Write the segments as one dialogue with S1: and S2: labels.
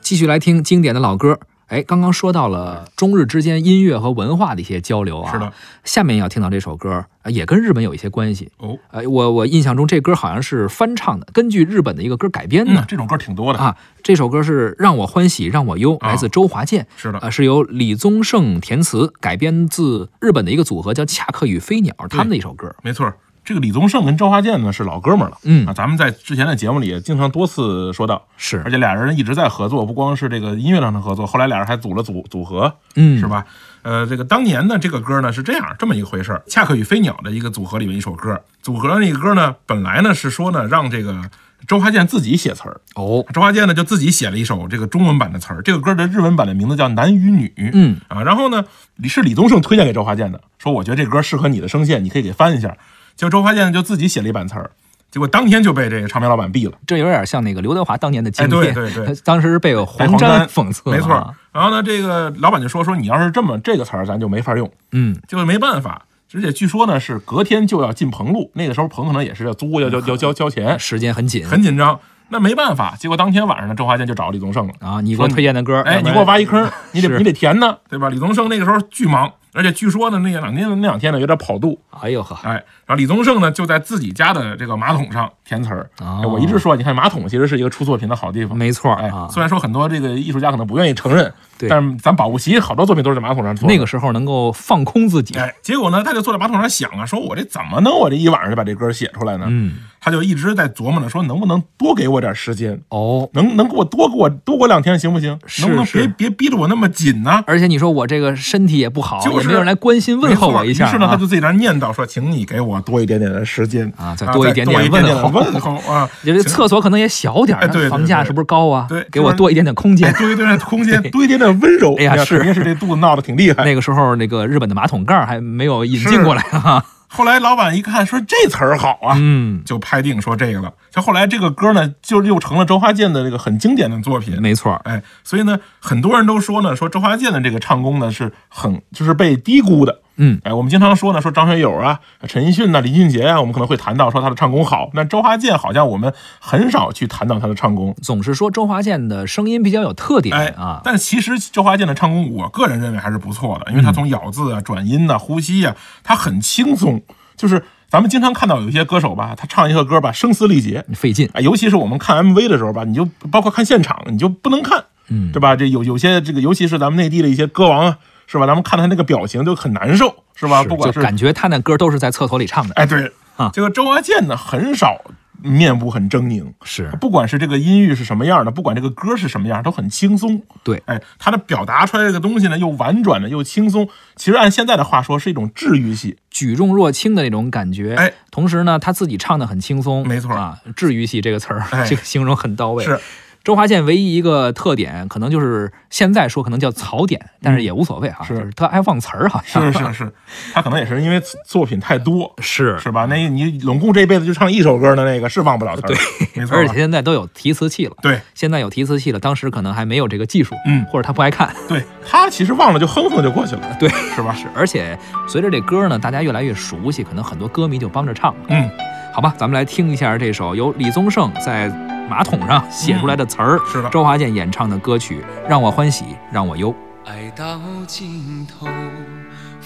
S1: 继续来听经典的老歌。哎，刚刚说到了中日之间音乐和文化的一些交流啊，
S2: 是的，
S1: 下面要听到这首歌呃也跟日本有一些关系。
S2: 哦，
S1: 呃，我我印象中这歌好像是翻唱的，根据日本的一个歌改编
S2: 嗯
S1: 的、，
S2: 这种歌挺多的，
S1: 啊。这首歌是《让我欢喜让我忧》，来自周华健，
S2: 是的，
S1: 呃，是由李宗盛填词，改编自日本的一个组合叫恰克与飞鸟他们的一首歌。
S2: 没错儿。这个李宗盛跟周华健呢是老哥们儿了，
S1: 嗯
S2: 啊，咱们在之前的节目里也经常多次说到，
S1: 是
S2: 而，且俩人一直在合作，不光是这个音乐上的合作，后来俩人还组了组组合，
S1: 嗯，
S2: 是？吧？呃，这个当年呢，这个歌呢是这样这么一个回事儿，恰克与飞鸟的一个组合里面一首歌，组合那个歌呢，本来呢是说呢让这个周华健自己写词儿，
S1: 哦，
S2: 周华健呢就自己写了一首这个中文版的词儿，这个歌的日文版的名字叫《男与女》，
S1: 嗯，
S2: 啊，然后呢，李是李宗盛推荐给周华健的，说我觉得这歌适合你的声线，你可以给翻一下。结果周华健就自己写了一版词儿，结果当天就被这个唱片老板毙了。
S1: 这有点像那个刘德华当年的
S2: 哎，
S1: 经
S2: 对
S1: 典，
S2: 对对
S1: 他，当时是被黄
S2: 沾
S1: 沾讽刺，啊
S2: 没错儿。。然后呢，这个老板就说说你要是这么这个词儿，咱就没法用，
S1: 嗯，
S2: 就没办法。而且据说呢，是隔天就要进棚录，那个时候棚可能也是要租，要要要交交钱，
S1: 时间很紧
S2: 很紧张。那没办法，结果当天晚上呢，周华健就找李宗盛了。
S1: 啊。你给我推荐的歌，
S2: 哎，
S1: 要不
S2: 你
S1: 然
S2: 给我挖一坑，你得
S1: 是
S2: 你得填呢，对吧？李宗盛那个时候巨忙，而且据说呢，那个两天那两天呢有点跑肚，
S1: 哎呦呵，
S2: 哎，然后李宗盛呢就在自己家的这个马桶上填词儿。
S1: 哦
S2: 哎我一直说，你看马桶其实是一个出作品的好地方。
S1: 没错儿
S2: 哎
S1: 啊，。
S2: 虽然说很多这个艺术家可能不愿意承认，
S1: 对
S2: 但是咱保不齐好多作品都是在马桶上做的。
S1: 那个时候能够放空自己，
S2: 哎，结果呢，他就坐在马桶上想啊，说我这怎么能我这一晚上就把这歌写出来呢？
S1: 嗯，
S2: 他就一直在琢磨呢，说能不能多给我点时间，
S1: 哦，
S2: 能能给我多给我多给我两天行不行？
S1: 是
S2: 能不能别
S1: 是
S2: 别逼着我那么紧呢？
S1: 而且你说我这个身体也不好，
S2: 就是
S1: 也没有人来关心问候我一下、啊。
S2: 没错于是呢，他就自己在那儿念叨说：“请你给我多一点点的时间
S1: 啊再多一点点
S2: 再多一点点的
S1: 问
S2: 问候啊。
S1: 也这厕所可能也小点儿，
S2: 哎对对
S1: 那房价
S2: 对
S1: 是不是高啊？
S2: 对
S1: 给我多一点点空
S2: 哎
S1: 间。
S2: 多一点点 空间，多一点点温柔。
S1: 哎呀
S2: 你看
S1: 是嗯
S2: 肯定是这肚子闹得挺 厉害。
S1: 那个时候，那个日本的马桶盖儿还没有引进过来 啊。
S2: 后来老板一看，说这词儿好啊，
S1: 嗯，
S2: 就拍定说这个了。就后来这个歌呢，就又成了周华健的这个很经典的作品。
S1: 没错儿，
S2: 哎，所以呢，很多人都说呢，说周华健的这个唱功呢是很就是被低估的。
S1: 嗯，
S2: 哎，我们经常说呢，说张学友啊、陈奕迅呐、林俊杰啊，我们可能会谈到说他的唱功好。那周华健好像我们很少去谈到他的唱功。
S1: 总是说周华健的声音比较有特点
S2: 哎
S1: 啊。
S2: 但其实周华健的唱功，我个人认为还是不错的，因为
S1: 嗯
S2: 他从咬字啊、转音呐、呼吸呀、他很轻松。就是咱们经常看到有一些歌手吧，他唱一个歌吧，声嘶力竭，
S1: 费劲，
S2: 啊，尤其是我们看 MV 的时候吧，你就包括看现场，你就不能看，
S1: 嗯
S2: 对吧？这有有些这个，尤其是咱们内地的一些歌王啊，是吧？咱们看他那个表情就很难受，是吧？
S1: 是
S2: 不管
S1: 就是感觉他那歌都是在厕所里唱的。
S2: 哎，对
S1: 啊，
S2: 这个周华健呢，很少面部很狰狞，
S1: 是
S2: 不管是这个音域是什么样的，不管这个歌是什么样，都很轻松。
S1: 对
S2: 哎，他的表达出来这个东西呢，又婉转的，又轻松。其实按现在的话说，是一种治愈系。
S1: 举重若轻的那种感觉。
S2: 哎，
S1: 同时呢，他自己唱的很轻松，
S2: 没错
S1: 啊。治愈系这个词儿，
S2: 哎
S1: 这个形容很到位。
S2: 是
S1: 周华健唯一一个特点，可能就是现在说可能叫槽点，但是也无所谓哈、
S2: 是
S1: 就是他爱忘词儿，好像
S2: 是是是，他可能也是因为作品太多，
S1: 是
S2: 是吧？那你拢共这辈子就唱一首歌的那个是忘不了词儿，没错吧，
S1: 而且现在都有提词器了，
S2: 对
S1: 现在有提词器了，当时可能还没有这个技术，
S2: 嗯
S1: 或者他不爱看，
S2: 对，他其实忘了就哼哼就过去了，
S1: 对，
S2: 是吧？
S1: 是。而且随着这歌呢，大家越来越熟悉，可能很多歌迷就帮着唱了，
S2: 嗯，
S1: 好吧？咱们来听一下这首由李宗盛在马桶上写出来的词儿、
S2: 嗯是的，
S1: 周华健演唱的歌曲《让我欢喜让我忧》。
S3: 爱到尽头，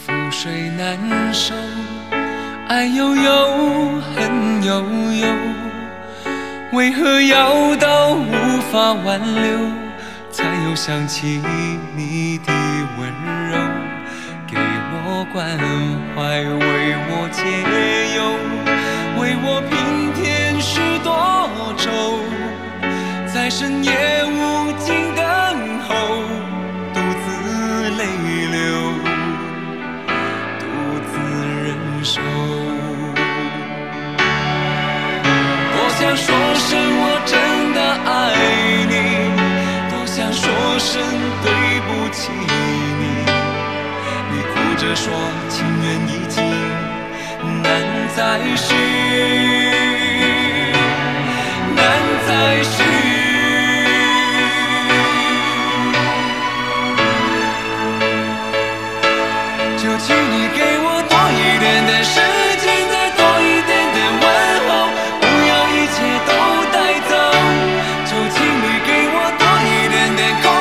S3: 覆水难收，爱悠悠，恨悠悠，为何要到无法挽留，才又想起你的温柔，给我关怀，为我解忧，为我平添许多愁。在深夜无尽等候，独自泪流，独自忍受。多想说声我真的爱你，多想说声对不起你。你哭着说情缘已尽，难再续，难再续。就请你给我多一点点时间，再多一点点问候，不要一切都带走。就请你给我多一点点靠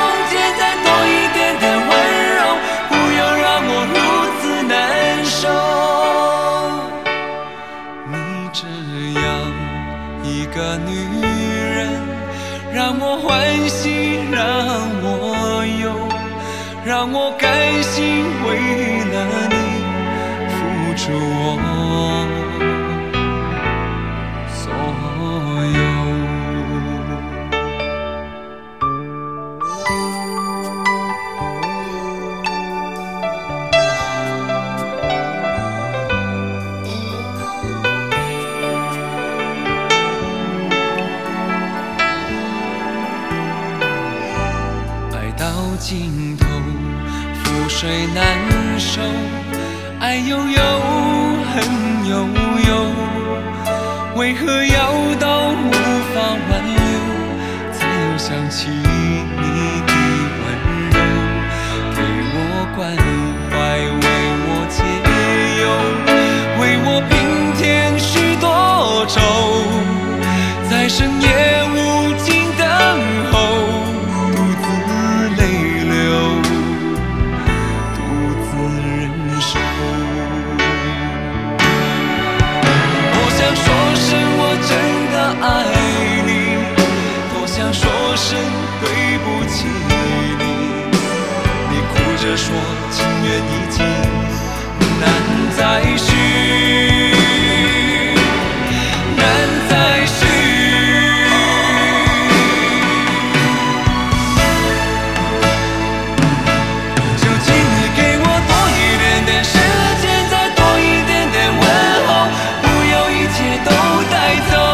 S3: 让我有，让我甘心为了你付出我所有。爱到尽头，覆水难收。爱悠悠，恨悠悠，为何要到无法挽留，才又想起你的温柔，给我关怀，为我解忧，为我平添许多愁，在深夜无尽等候，独自泪流，独自忍受。多想说声我真的爱你，多想说声对不起你。你哭着说情缘已尽，难再续，难再续。就请你给我多一点点时间，再多一点点问候，不要一切都带走。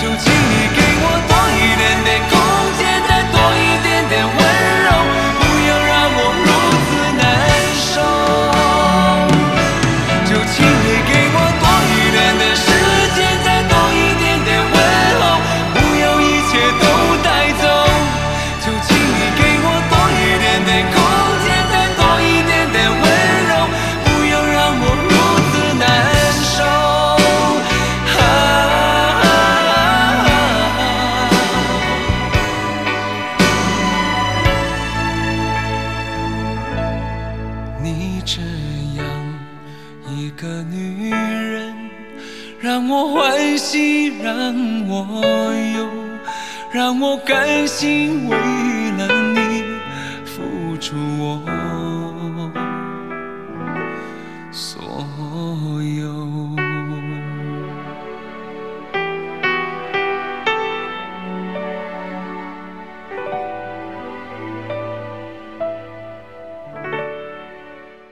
S3: 就请你给我多一点点空间，再多一点点温柔，不要让我如此难受。就请你给我多一点点时间，再多一点点问候，不要一切都带走。就请你给我多一点点空间，再多一点点温柔，不要让我如此难受。啊你这样一个女人，让我欢喜，让我忧，让我甘心为